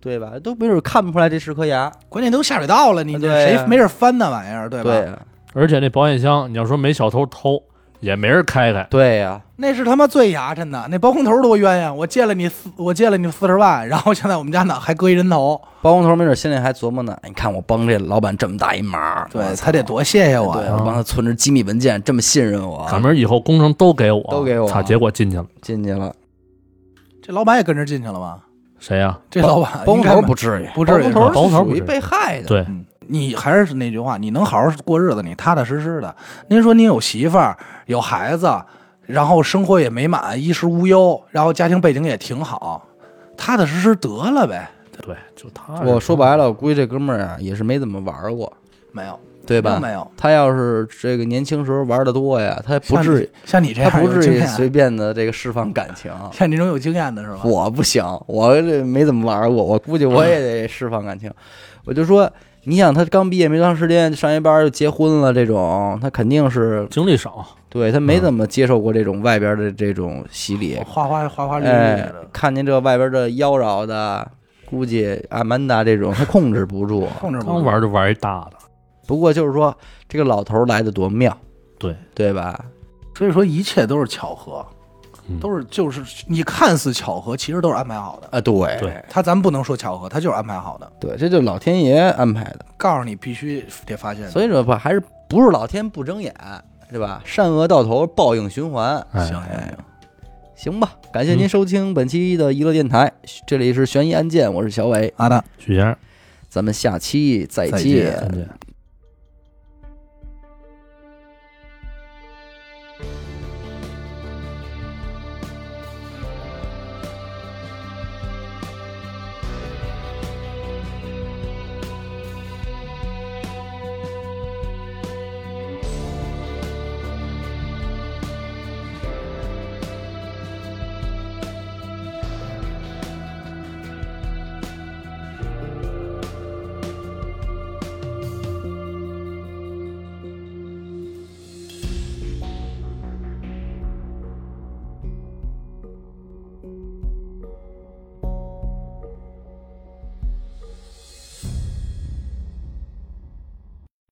对吧？都没准看不出来这是颗牙，关键都下水道了，你这对呀谁没事翻那玩意儿，对吧？对啊呀，而且那保险箱，你要说没小偷偷，也没人开开。对啊呀，那是他妈最牙碜的，那包工头多冤呀！我借了你四，我借了你四十万，然后现在我们家呢还搁一人头，包工头没准心里还琢磨呢，你看我帮这老板这么大一忙，我操他得多谢谢对，我呀！我帮他存着机密文件，这么信任我，赶明儿以后工程都给我，啊都给我操！结果进去了，进去了。这老板也跟着进去了吧？谁呀、这老板包工应头该不至于，不至于包工包工头头是属于不至于被害的，对，你还是那句话，你能好好过日子，你踏踏实实的。您说您有媳妇儿，有孩子，然后生活也美满，衣食无忧，然后家庭背景也挺好，踏踏实实得了呗。对，就他。我说白，了，我估计这哥们儿啊也是没怎么玩过，没有，对吧？没有，他要是这个年轻时候玩的多呀，他不至于，像你像你这他样不有经至于验啊随便的这个释放感情。像你这种有经验的是吧？嗯我不行，我这没怎么玩过，我估计我也得释放感情。我就说，你想，他刚毕业没多长时间，上一班就结婚了，这种他肯定是经历少，对他没怎么接受过这种外边的这种洗礼，花花哦花花绿绿哎的，，看见这外边这妖娆的，估计阿曼达这种他控制不住。控制不刚住玩就玩一大的，不过就是说，这个老头儿来的多妙，对对吧？所以说一切都是巧合，嗯都是就是你看似巧合，其实都是安排好的。啊，对对他咱不能说巧合，他就是安排好的，对，这就是老天爷安排的。告诉你必须得发现的。所以说吧，还是不是老天不睁眼，对吧？善恶到头，报应循环。哎行，行行，行吧，感嗯谢您收听本期的娱乐电台，这里是悬疑案件，我是小伟，阿达，许先生咱们下期再再见见再见。